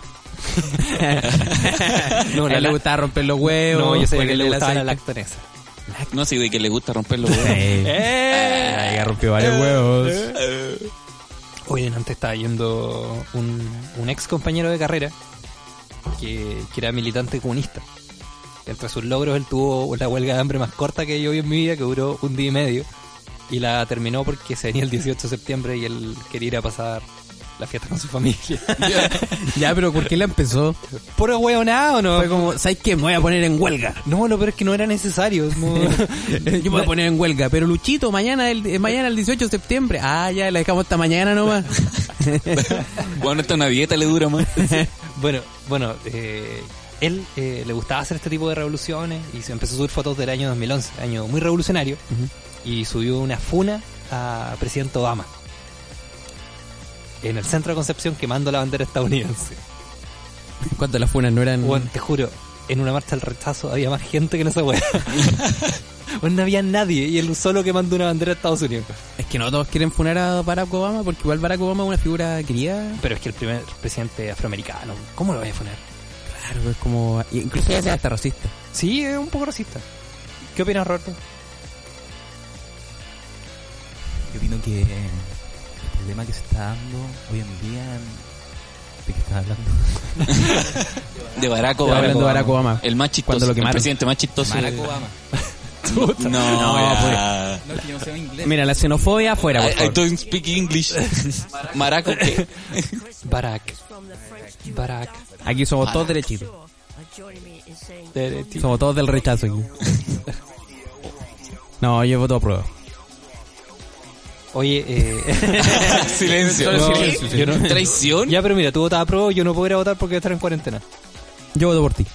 No,
no,
la-
le gustaba romper los
"Oh,
huevos.
No, yo sabía que
ponerle
le
el
gustaba la
aceite.
lactonesa.
No sé de que le gusta romper los huevos.
Sí. [LAUGHS]
¡Eh!
Ay, ya rompió varios huevos.
[LAUGHS] Oye, antes estaba yendo un, un ex compañero de carrera que, que era militante comunista. Entre sus logros, él tuvo la huelga de hambre más corta que yo vi en mi vida, que duró un día y medio. Y la terminó porque se venía el 18 de septiembre y él quería ir a pasar la fiesta con su familia.
ya, pero ¿por qué la empezó?
¿Puro hueonado no?
Fue como, ¿sabes qué? Me voy a poner en [LAUGHS] huelga.
No, lo peor es que no era necesario. es como-
Yo me voy a poner en huelga, pero Luchito, mañana el, eh, mañana el 18 de septiembre. Ah, ya, la dejamos hasta mañana nomás.
[LAUGHS] Bueno, esta una dieta le dura [LAUGHS] más.
[LAUGHS] Bueno, bueno, eh, él eh, le gustaba hacer este tipo de revoluciones y se empezó a subir fotos del año 2011, año muy revolucionario, y subió una funa a presidente Obama en el centro de Concepción quemando la bandera estadounidense.
[LAUGHS] ¿Cuántas las funas no eran?
Bueno, te juro, en una marcha del rechazo había más gente que en esa [LAUGHS] wea. Bueno, no había nadie y él solo quemando una bandera de Estados Unidos.
Es que no todos quieren funar a Barack Obama porque igual Barack Obama es una figura querida.
Pero es que el primer presidente afroamericano, ¿cómo lo voy a poner?
Claro, es como. Incluso es hasta racista.
[LAUGHS] Sí, es un poco racista. ¿Qué opinas, Roberto?
Yo opino que el problema que se está dando hoy en día. en- ¿De qué estás hablando?
De Barack
Estaba
Obama.
hablando de Barack [LAUGHS] Obama.
El más chistoso.
Cuando lo
el
quemaron.
presidente más chistoso.
Obama.
No, ya.
No, que yo no sé inglés.
pues, Mira, la xenofobia afuera, por
I, I
favor.
don't speak English. Maraco, ¿qué?
Barack. Barack.
Aquí somos todos derechitos.
Derechito.
Somos todos del rechazo aquí. No, yo voto a prueba.
Oye, eh...
Silencio.
No,
silencio,
yo no-
Traición.
ya, pero mira, tú votabas pro, yo no puedo ir a votar porque voy a estar en cuarentena.
Yo voto por ti.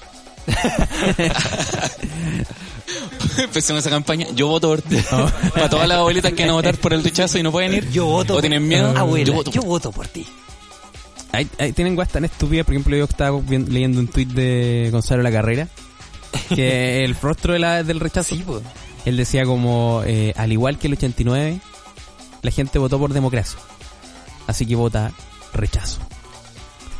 Empecemos esa campaña. Yo voto por ti. Para todas las abuelitas que van a votar por el rechazo y no pueden ir.
Yo voto.
¿O tienen miedo?
Abuela,
Yo
yo
voto.
voto, por ti.
Ahí, ahí tienen weas tan estúpidas. Por ejemplo, yo estaba vi- leyendo un tuit de Gonzalo La Carrera.
[LAUGHS]
Que el rostro de la- del rechazo.
Sí, pues.
Él decía como, eh, al igual que el 89, la gente votó por democracia. Así que vota rechazo.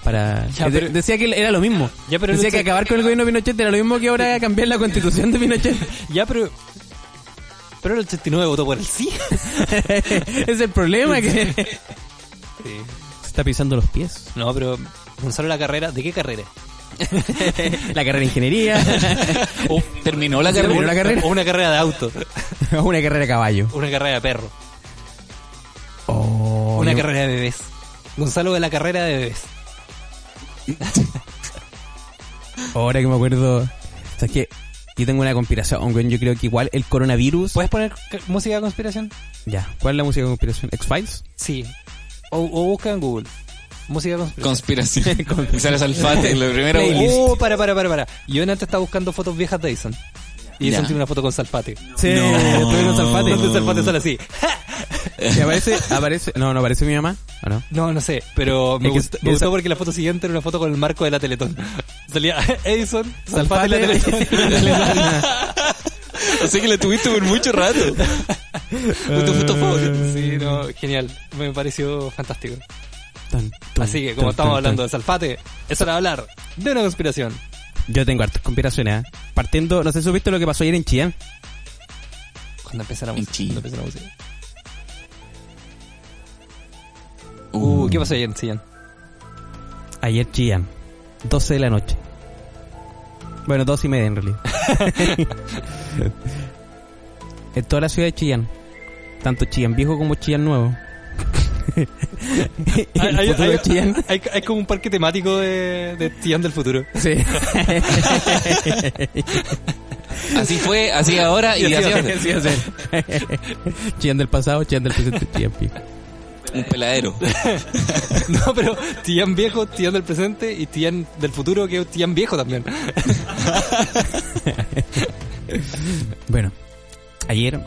Para...
Ya,
Eh, de-
pero-
decía que era lo mismo.
Ya, pero
decía
no
que
sé-
acabar con el gobierno de Pinochet era lo mismo que ahora cambiar la constitución de Pinochet.
Ya, pero. Pero el 89 votó por
[LAUGHS]
el [LAUGHS] sí.
es el problema que... Se está pisando los pies.
No, pero. Gonzalo la carrera, ¿de qué carrera?
La carrera de
[LAUGHS]
ingeniería,
Oh, terminó la
¿Terminó
carrera.
la carrera?
O una carrera de auto,
[LAUGHS] una carrera de caballo.
una carrera de perro,
Oh,
una
yo-
carrera de bebés. Gonzalo de la carrera de bebés.
Ahora que me acuerdo... O sea, es que yo tengo una conspiración. Aunque yo creo que igual el coronavirus...
¿Puedes poner ca- música de conspiración?
Ya, ¿cuál es la música de conspiración? ¿X-Files?
Sí. O, o busca en Google. Música de conspiración.
Conspiración. Y sale Salfate. Lo primero.
Playlist.
Oh, para, para, para, para. Yo antes estaba buscando fotos viejas de Edison. Y Edison
Ya.
tiene una foto con Salfate.
Sí,
No.
estoy con Salfate.
Entonces Salfate sale así.
Y aparece, aparece, no, no aparece mi mamá, ¿o no?
No, no sé, pero me,
Es que
gustó,
esa-
me gustó porque la foto siguiente era una foto con el marco de
[LAUGHS]
la Teletón. Salía Edison, Salfate y la
Salfate. [LAUGHS]
Teletón. La Teletón.
Así que la tuviste por mucho rato. Puto, puto, pobre.
Eh.
Sí, no, genial. Me pareció fantástico.
Tan, tan,
Así que, como
tan,
estamos
tan,
hablando
tan.
de Salfate, es hora de hablar de una conspiración.
Yo tengo hartas conspiraciones, ¿eh? Partiendo, no sé si supiste lo que pasó ayer en Chillán.
Cuando empieza la
En
música.
Chile.
cuando empieza la música. Uh, ¿qué pasó ayer en Chillán?
Ayer Chillán, 12 de la noche. Bueno, 2 y media en
[LAUGHS]
realidad. en toda la ciudad de Chillán, tanto Chillán viejo como Chillán
[LAUGHS]
nuevo. El
Hay- hay-
futuro de
hay- [LAUGHS]
Chillán.
hay- hay como un parque temático de, de Chillán del futuro.
Sí.
Así fue,
[LAUGHS]
así ahora y así ahora.
Chillán del pasado, Chillán del presente, Chillán viejo.
un peladero.
[LAUGHS] No, pero Tian viejo, Tian del presente y Tian del futuro, que es Tian viejo también.
Bueno, ayer,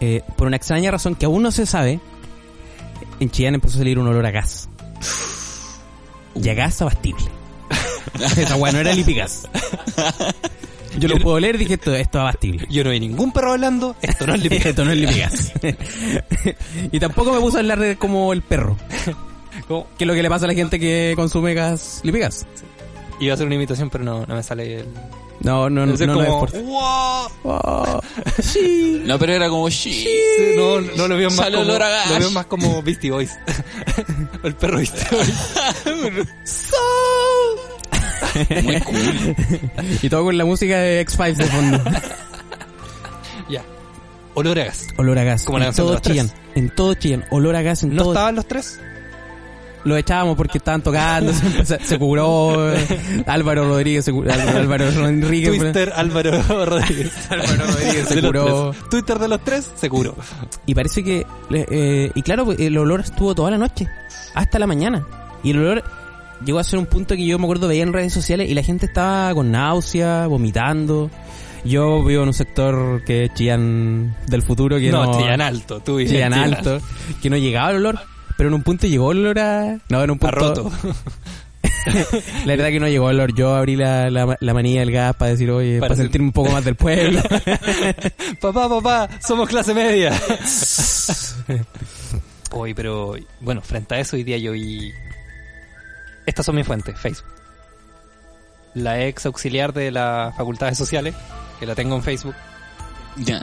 eh, por una extraña razón que aún no se sabe, en Chillán empezó a salir un olor a gas. Y a gas
[LAUGHS]
abastible. Esa weá no era lipigas. Yo lo puedo leer y dije, esto, esto es abastible.
Yo no vi ningún perro hablando, esto no es
[LAUGHS]
limpio.
Esto no es lipigas. y tampoco me puse a hablar de como el perro.
Como,
Que es lo que le pasa a la gente que consume gas lipigas.
Iba a hacer una imitación, pero no, no me sale el...
No, no, no,
Entonces
no lo
como,
esforzo.
"Wow".
Oh, sí.
No, pero era como shit.
Sí, no, no lo veo más
Sale
como,
olor a gas.
lo veo más como Beastie [LAUGHS] Boys. el perro Beastie Boys.
Muy cool.
Y todo con la música de X5 de fondo.
[LAUGHS] ya. Olor a gas.
Olor a gas.
Como la
en
canción de
todo
los tres.
Chillán. En todo Chillán. Olor a gas en
¿No
todo
estaban los tres?
Lo echábamos porque estaban tocando, se, se- se
[LAUGHS]
curó eh, Álvaro Rodríguez, se curó, Álvaro, Álvaro Rodríguez, fue-
Twitter Álvaro [LAUGHS] Rodríguez.
[LAUGHS] Álvaro Rodríguez se
De los
curó.
tres. Twitter de los tres se curó.
Y parece que, eh, eh, y claro, pues, el olor estuvo toda la noche, hasta la mañana. Y el olor llegó a ser un punto que yo me acuerdo veía en redes sociales y la gente estaba con náusea, vomitando. Yo vivo en un sector que es Chillán del futuro, que
No,
no,
Chillán Alto. Tú dices
Chillán alto, que no llegaba el olor. Pero en un punto llegó el olor a... No, en un
A
punto...
roto.
[LAUGHS] La verdad que no llegó el olor. Yo abrí la, la, la manía del gas para decir, oye, para,
Para ser-
sentirme un poco más del
[LAUGHS]
pueblo.
papá, papá, somos clase media. [LAUGHS] Hoy, pero bueno, frente a eso, hoy día yo vi. Estas son mis fuentes: Facebook. La ex auxiliar de las facultades sociales, que la tengo en Facebook,
Ya.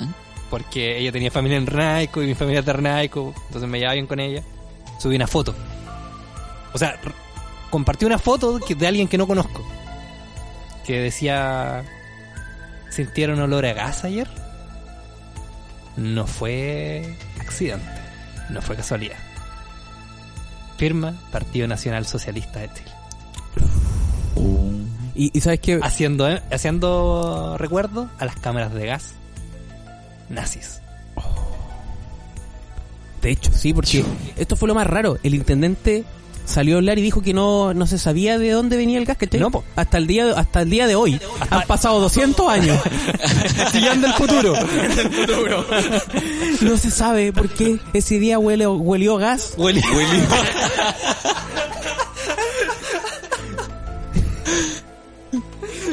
porque ella tenía familia en Renaico y mi familia es de Renaico, entonces me llevaba bien con ella. Subí una foto. O sea, r- compartí una foto que- de alguien que no conozco, que decía. ¿Sintieron olor a gas ayer? no fue accidente, no fue casualidad. Firma Partido Nacional Socialista de Chile.
y, y sabes que
Haciendo, eh, haciendo recuerdo a las cámaras de gas nazis.
de hecho, sí, porque esto fue lo más raro. El intendente salió a hablar y dijo que no, no se sabía de dónde venía el gas, ¿cachai?
No, po.
Hasta el día, hasta el día de hoy. Han pasado 200
[LAUGHS]
años.
Chillán del [LAUGHS] futuro.
No se sabe por qué ese día huele, huelió gas.
Huele-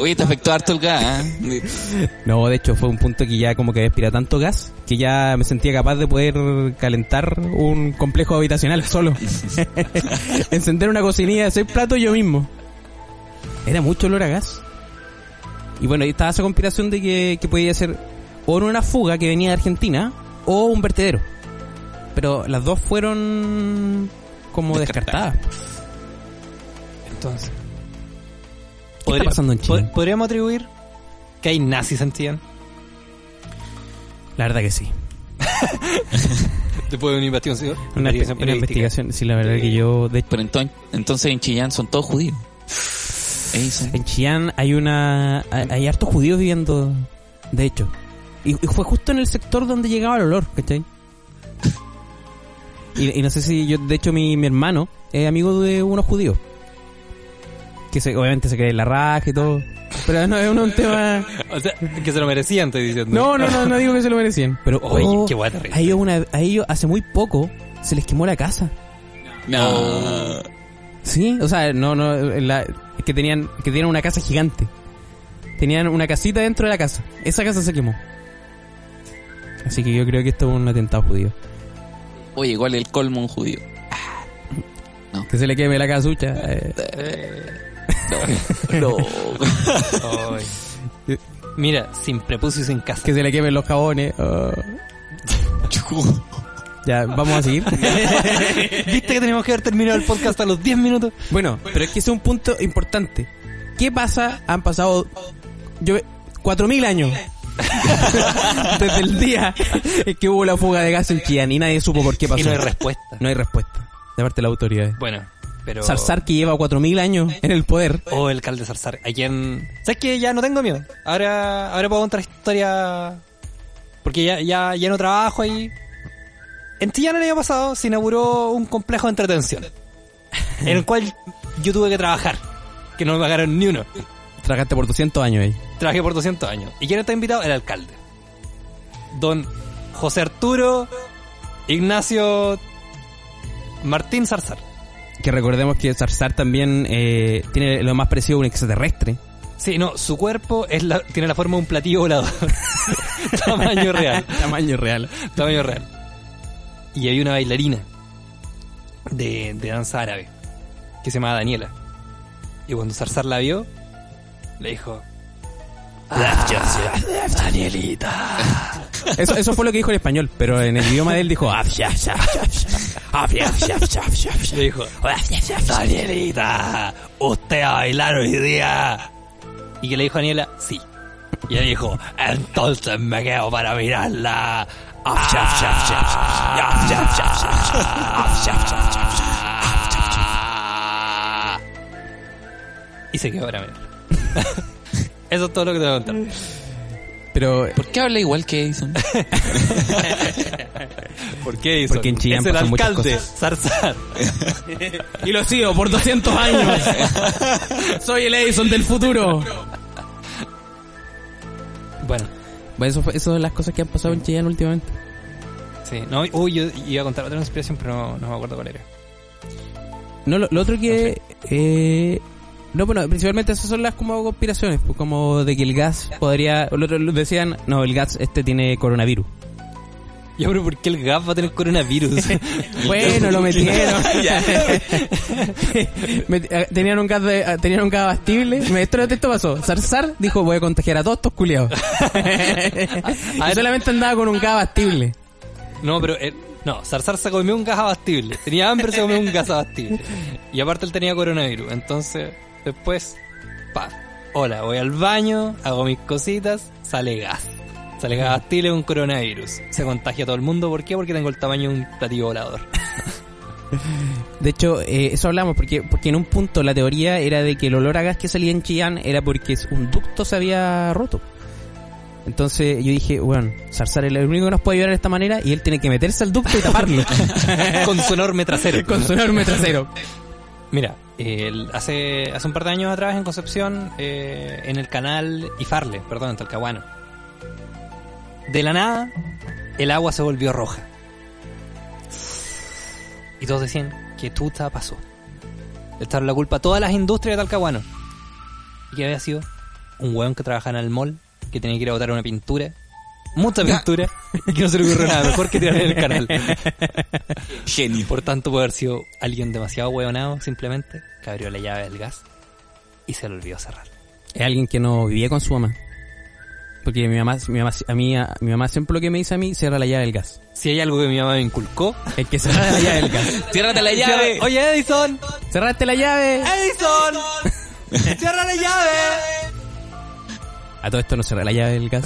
Oye, te afectó harto el gas, ¿eh?
No, de hecho fue un punto que ya como que despira tanto gas que ya me sentía capaz de poder calentar un complejo habitacional [LAUGHS]
[LAUGHS]
solo. Encender una cocinilla de seis platos yo mismo. Era mucho olor a gas. Y bueno, ahí estaba esa conspiración de que, que podía ser o en una fuga que venía de Argentina o un vertedero. Pero las dos fueron como descartadas.
Entonces,
¿Qué está pasando en Chile?
pod- podríamos atribuir que hay nazis
[LAUGHS]
en Chillán.
La verdad que
[LAUGHS]
sí.
Después de una investigación.
Una, pe- una investigación, sí, la verdad que yo de hecho,
Pero entonces, entonces en Chillán son todos judíos. Ahí son-
En Chillán hay una hay, hay hartos judíos viviendo, de hecho. Y, y fue justo en el sector donde llegaba el olor, ¿cachai? Y, y no sé si yo, de hecho, mi, mi hermano es amigo de unos judíos. Que se- obviamente se cree en la raja y todo. Pero no es un, un tema...
[LAUGHS] O sea, que se lo merecían, estoy diciendo.
No, no, no, no digo que se lo merecían. Pero
Oye,
oh,
qué guay terrible.
a, ellos una- a ellos hace muy poco se les quemó la casa.
No.
Sí, o sea, no, no, la- que tenían, que tenían una casa gigante. Tenían una casita dentro de la casa. Esa casa se quemó. Así que yo creo que esto es un atentado judío.
Oye, igual el colmo un judío.
Que se le queme la casucha. eh.
No.
Ay. Mira, sin prepucio y sin casca.
que se le quemen los jabones. oh. Ya, vamos a seguir.
¿Viste que teníamos que haber terminado el podcast a los 10 minutos?
bueno, pero es que ese es un punto importante. ¿Qué pasa? Han pasado yo cuatro mil años. [LAUGHS] Desde el día en que hubo la fuga de gas en Chillán y nadie supo por qué pasó.
Y no hay respuesta.
No hay respuesta de parte de las autoridades.
Bueno, pero...
Zarzar que lleva 4.000 años en el poder.
Oh,
O el alcalde Zarzar. A quien... ¿Sabes que Ya no tengo miedo. Ahora, ahora puedo contar historia... Porque ya, ya, ya no trabajo ahí.
En Chillán el año pasado se inauguró un complejo de entretención, en el cual yo tuve que trabajar, que no me pagaron ni uno.
Tragaste por 200 años ahí.
Trabajé por 200 años. ¿Y quién está invitado? El alcalde. Don José Arturo Ignacio Martín Zarzar.
Que recordemos que Zarzar también eh, tiene lo más parecido a un
[LAUGHS]
extraterrestre.
Sí, no, su cuerpo es la- tiene la forma de un platillo volador. [LAUGHS] Tamaño real.
Tamaño real.
Tamaño real. Y había una bailarina de, de danza árabe que se llamaba Daniela. Y cuando Zarzar la vio, le dijo: "Ah, Danielita.
Eso, eso fue lo que dijo el español, pero en el idioma de él dijo... "Ah, ya, ya, ya, ya. Ah, ya, ya, ya, ya, ya".
Le dijo: Danielita, usted va a bailar hoy día. Y que le dijo a Daniela: Sí. Y él dijo: Entonces me quedo para mirarla. Ah. Y se quedó para mirarla. Eso es todo lo que te voy a contar.
Pero
¿Por qué habla igual que Edison?
¿Por qué hizo?
Porque en Chillán
es el
pasan muchas
alcalde,
cosas.
Zarzar.
[LAUGHS] Y lo sigo por 200 años. Soy el Edison del futuro.
Bueno,
Bueno, eso, fue, eso son las cosas que han pasado en Chillán últimamente.
sí. No, uy, yo iba a contar otra inspiración, pero no, no me acuerdo cuál era.
No, lo, lo otro que... eh, no, bueno, principalmente esas son las como conspiraciones, pues, como de que el gas podría... Lo otro, lo decían, no, el gas este tiene coronavirus.
Ya, pero ¿por qué el GAF va a tener coronavirus?
Bueno, lo
[LAUGHS]
metieron. [LAUGHS] Met- eh, tenían un gas de- eh, tenían un gas abastible. Me- Esto, esto pasó. Zarzar dijo voy a contagiar a todos estos
[LAUGHS]
culiados.
ver.
y solamente andaba con un gas abastible.
no, pero... eh, no, Zarzar se comió un gas abastible. Tenía hambre, se comió un gas abastible. Y aparte él tenía coronavirus. Entonces, después... Pa. Hola, voy al baño, hago mis cositas, sale gas. Sale gas abastible un coronavirus. Se contagia a todo el mundo. ¿Por qué? Porque tengo el tamaño de un platillo volador.
De hecho, eh, eso hablamos porque porque en un punto la teoría era de que el olor a gas que salía en Chillán era porque un ducto se había roto. Entonces yo dije, bueno, Zarzar es el único que nos puede ayudar de esta manera y él tiene que meterse al ducto y taparlo
[LAUGHS] Con su enorme
[LAUGHS]
trasero.
con su enorme trasero.
Mira, el- hace, hace un par de años atrás en Concepción, eh, en el canal Ifarle, perdón, en Talcahuano, de la nada, el agua se volvió roja. Y todos decían que tuta pasó. Le echaron la culpa a todas las industrias de Talcahuano. Y que había sido un weón que trabajaba en el mall, que tenía que ir a botar una pintura, mucha pintura, y que no se le ocurrió nada mejor que tirar en el canal.
Genio.
Por tanto, puede haber sido alguien demasiado hueonado, simplemente, que abrió la llave del gas y se le olvidó cerrar.
es alguien que no vivía con su mamá. Porque mi mamá, mi mamá, a mí, a- mi mamá siempre lo que me dice a mí, cierra la llave del gas.
Si hay algo que mi mamá me inculcó,
Es que cerrar la llave del gas.
¡Ciérrate la llave!
Oye, Edison,
¡Cerraste la llave!
Edison,
[LAUGHS]
cierra la llave.
A todo esto no cerra la llave del gas.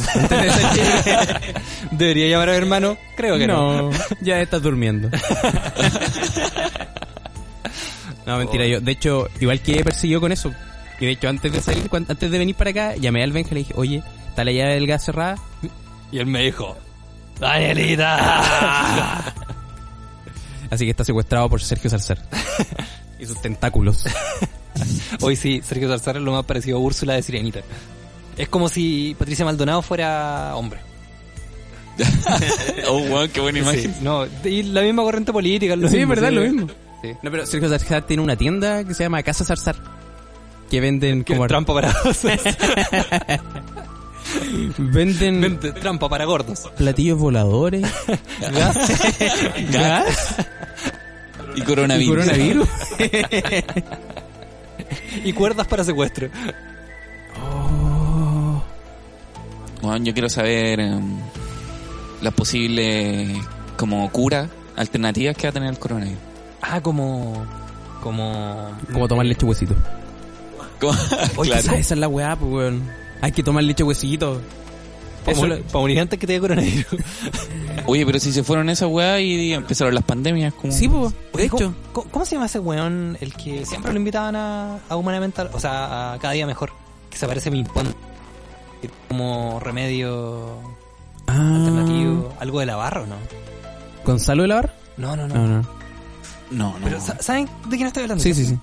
[LAUGHS] Debería llamar a mi hermano, creo que
no,
no.
ya estás durmiendo. No, mentira, yo. De hecho, igual que persiguió con eso. Y de hecho, antes de salir, cuan- antes de venir para acá, llamé al Benja y le dije, oye, ¿está la llave del gas cerrada?
Y él me dijo, [LAUGHS] Danielita.
Así que está secuestrado por Sergio Salcer. [LAUGHS] y sus [LAUGHS] tentáculos.
Hoy sí, Sergio Salazar es lo más parecido a Úrsula de Sirenita. Es como si Patricia Maldonado fuera hombre.
Oh, wow, qué buena imagen.
Sí, no, y la misma corriente política. es Lo
Sí,
mismo,
verdad, lo mismo.
Sí.
No, pero Sergio Zarzar tiene una tienda que se llama Casa Zarzar. Que venden
Que
como...
trampa para [LAUGHS]
Venden [LAUGHS]
Vente, trampa para gordos.
platillos voladores.
Gas
[LAUGHS]
Y
y [LAUGHS]
coronavirus.
coronavirus.
Y cuerdas para secuestro.
Oh.
Bueno, yo quiero saber em, las posibles como cura, alternativas que va a tener el coronavirus.
Ah, como. Como.
como tomar leche huesito.
Como-
Oye,
[LAUGHS] claro.
esa, esa es la weá, pues, weón. Hay que tomar leche huesito.
Para
Eso
morir- para morir antes que te dé coronavirus.
Oye, pero si se fueron esas weas y empezaron las pandemias, como...
Sí, pues, de
Oye, ¿cómo-
hecho.
¿cómo, cómo se llama ese weón el que siempre lo invitaban a, a Humanamente? O sea, a cada día mejor. Que se parece a Mimpón. Como remedio
Ah,
Ah. alternativo. Algo de la barra, ¿o ¿no?
¿Gonzalo de la Barra?
No, no, no.
No, no.
No, no.
Pero, sa- ¿saben de quién estoy hablando?
Sí, sí, sí.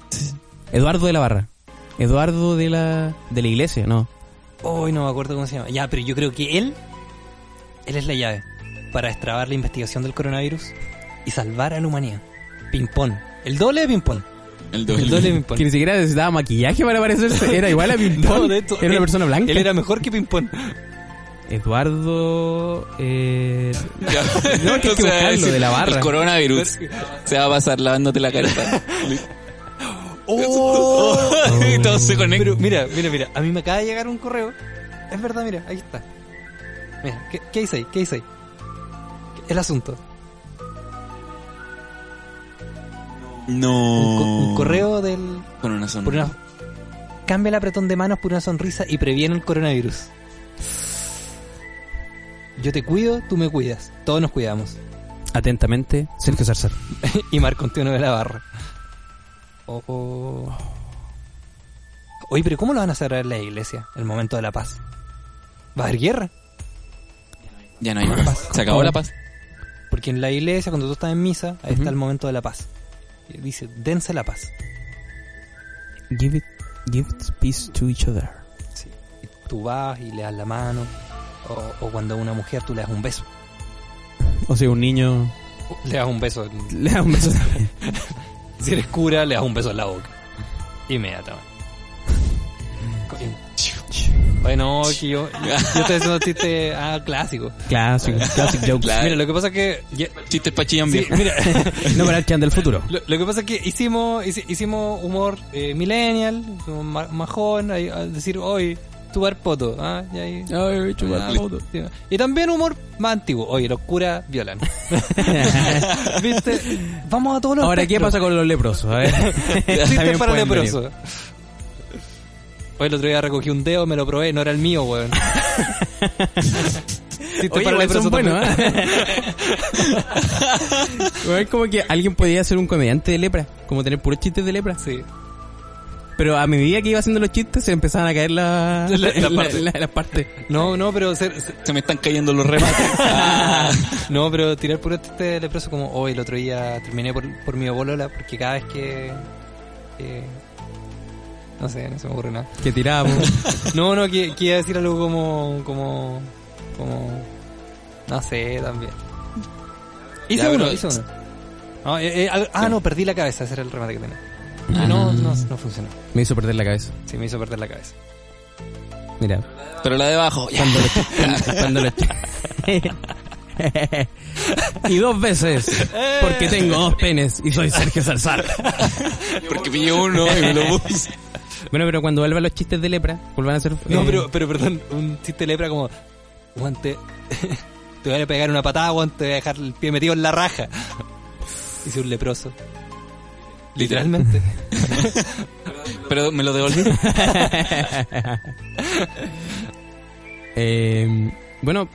Eduardo de la Barra. Eduardo de la, de la iglesia, no.
Hoy no me acuerdo cómo se llama. Ya, pero yo creo que él. Él es la llave para extrabar la investigación del coronavirus y salvar a la humanidad. Ping-pong. El doble de ping-pong.
el
El doble de ping-pong.
Que ni siquiera necesitaba maquillaje para parecerse. Era igual a [LAUGHS] Ping
No,
Pong.
de hecho,
Era una
él-
persona blanca.
Él era mejor que ping-pong.
Eduardo. Eh,
[LAUGHS] Ya.
No, es que hay que
[LAUGHS] O sea,
buscarlo,
ese-
de la barra.
El coronavirus se va a pasar lavándote la cara. y todos se
Oh. Pero
conectan.
mira, mira, mira. A mí me acaba de llegar un correo. Es verdad, mira, ahí está. Mira, ¿qué, qué dice ahí? ¿Qué dice ahí? El asunto. Un, co-
No.
un correo del.
Con una sonrisa.
Por una, cambia el apretón de manos por una sonrisa y previene el coronavirus. Yo te cuido, tú me cuidas. Todos nos cuidamos. [LAUGHS]
atentamente, Sergio Zarzar.
y Marco Antonio de la Barra. Ojo. Oye, pero ¿cómo lo van a cerrar la iglesia? El momento de la paz. ¿Va a haber guerra?
Ya no hay paz. Se acabó la paz.
Porque en la iglesia, cuando tú estás en misa, ahí
Ujú.
está el momento de la paz. Y Dice, dense la paz.
Give it, give it peace to each other.
Sí. Y tú vas y le das la mano. O, o cuando a una mujer tú le das un beso.
O sea, un niño
Le das un beso.
le da un [LAUGHS] beso también.
Si eres cura, le das un beso en la boca. Inmediatamente. Bueno, que yo, yo estoy haciendo chiste ah, clásico.
Clásico, classic joke.
Claro.
Mira, lo que pasa es que. ya-
Chistes pachillan
sí,
viejo.
mira,
[LAUGHS]
No para el chan del futuro.
lo, lo que pasa es que hicimos, hici- hicimos humor eh, millennial, como ma- más joven, ahí, a decir, hoy, tubar poto. ah, y, ahí- Ah,
chupar poto.
y también humor más antiguo. Oye, los curas violan. ¿Viste? Vamos a todos
[LAUGHS]
los
Ahora, ¿qué
espectros.
pasa con los leprosos? [LAUGHS] A ver.
Chistes
También
para
pueden venir.
leproso. Hoy el otro día recogí un dedo, me lo probé, no era el mío, [LAUGHS] weón. Chistes
Oye, igual son
también.
buenos, Igual Es como que alguien podía ser un comediante de lepra, como tener puros chistes de lepra.
Sí.
Pero a medida que iba haciendo los chistes, se empezaban a caer [LAUGHS] la-
La- la parte.
la- las partes.
No, no, pero ser- ser-
Se me están cayendo los remates.
no, pero tirar puro chiste leproso como hoy el otro día terminé por, por mi bolola porque cada vez que, que- no sé, no se me ocurre nada.
Que tirábamos.
No, no, que, que iba a decir algo como como como no sé, también. Hice
Ya,
uno,
pero-
hice uno. No, eh, eh, al- ah, no, perdí la cabeza, ese era el remate que tenía. Ah, no, no, no funcionó.
Me hizo perder la cabeza.
Sí, me hizo perder la cabeza.
Mira. [LAUGHS]
Pero la de abajo. ya. [LAUGHS]
Cuando lo- cuando lo- y dos veces. Porque tengo dos penes y soy Sergio Salzar.
Porque pillé uno y me lo puse.
Bueno, pero cuando vuelvan los chistes de lepra, vuelvan a ser.
No,
eh,
pero, pero perdón, un chiste lepra como, guante, [LAUGHS] te voy a pegar una patada, guante, te voy a dejar el pie metido en la raja. Hice un leproso. [LAUGHS] Literalmente.
[LAUGHS] Pero me lo devolví.
[LAUGHS] eh, bueno,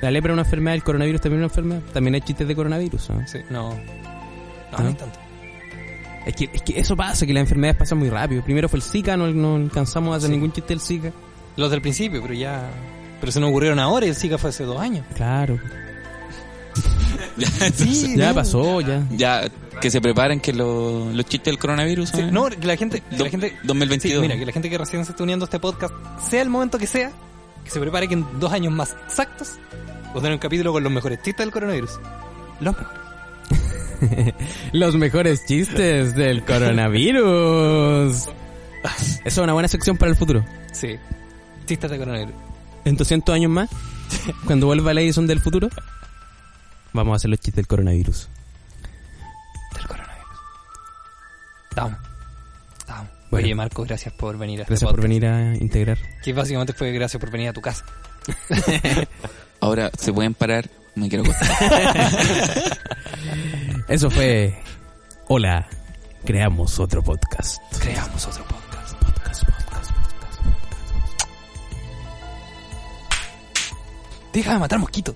la lepra es una enfermedad, el coronavirus también es una enfermedad. También hay chistes de coronavirus. ¿no?
Sí, no. No,
¿Ah?
no es tanto.
Es, que, es que eso pasa, que las enfermedades pasan muy rápido. Primero fue el Zika, no, no alcanzamos a hacer
Sí.
ningún chiste del Zika.
Los del principio, pero ya. Pero se nos ocurrieron ahora y el Zika fue hace dos años.
Claro.
[LAUGHS] Ya, entonces,
Ya pasó, ya.
ya, que se preparen que lo- los chistes del coronavirus.
Sí,
¿eh?
no, que la gente. que
Do-
la gente
2022.
sí, mira, que la gente que recién se está uniendo a este podcast, sea el momento que sea, que se prepare que en dos años más exactos, vamos a tener un capítulo con los mejores chistes del coronavirus. Los mejores.
Los mejores chistes del [LAUGHS] coronavirus. Eso es una buena sección para el futuro.
Sí. Chistes de coronavirus.
En 200 años más, cuando vuelva la Edison del futuro, vamos a hacer los chistes del coronavirus.
del coronavirus. Estamos. Estamos.
Bueno.
Oye, Marco, gracias por venir a este
Gracias por
podcast,
venir a integrar.
Que básicamente fue gracias por venir a tu casa.
Ahora se pueden parar. Me quiero acostar.
Eso fue. Hola, creamos otro podcast.
Creamos otro podcast.
Podcast, podcast, podcast.
Deja de matar mosquitos.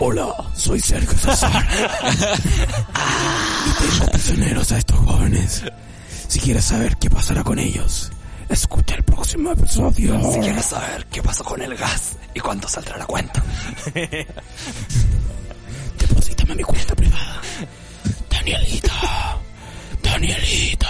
Hola, soy Sergio
[LAUGHS]
César. y tengo prisioneros a estos jóvenes. Si quieres saber qué pasará con ellos, escucha el próximo episodio.
Si quieres saber qué pasó con el gas y cuánto saldrá la cuenta.
Deposítame mi cuenta privada. Danielito. Danielito.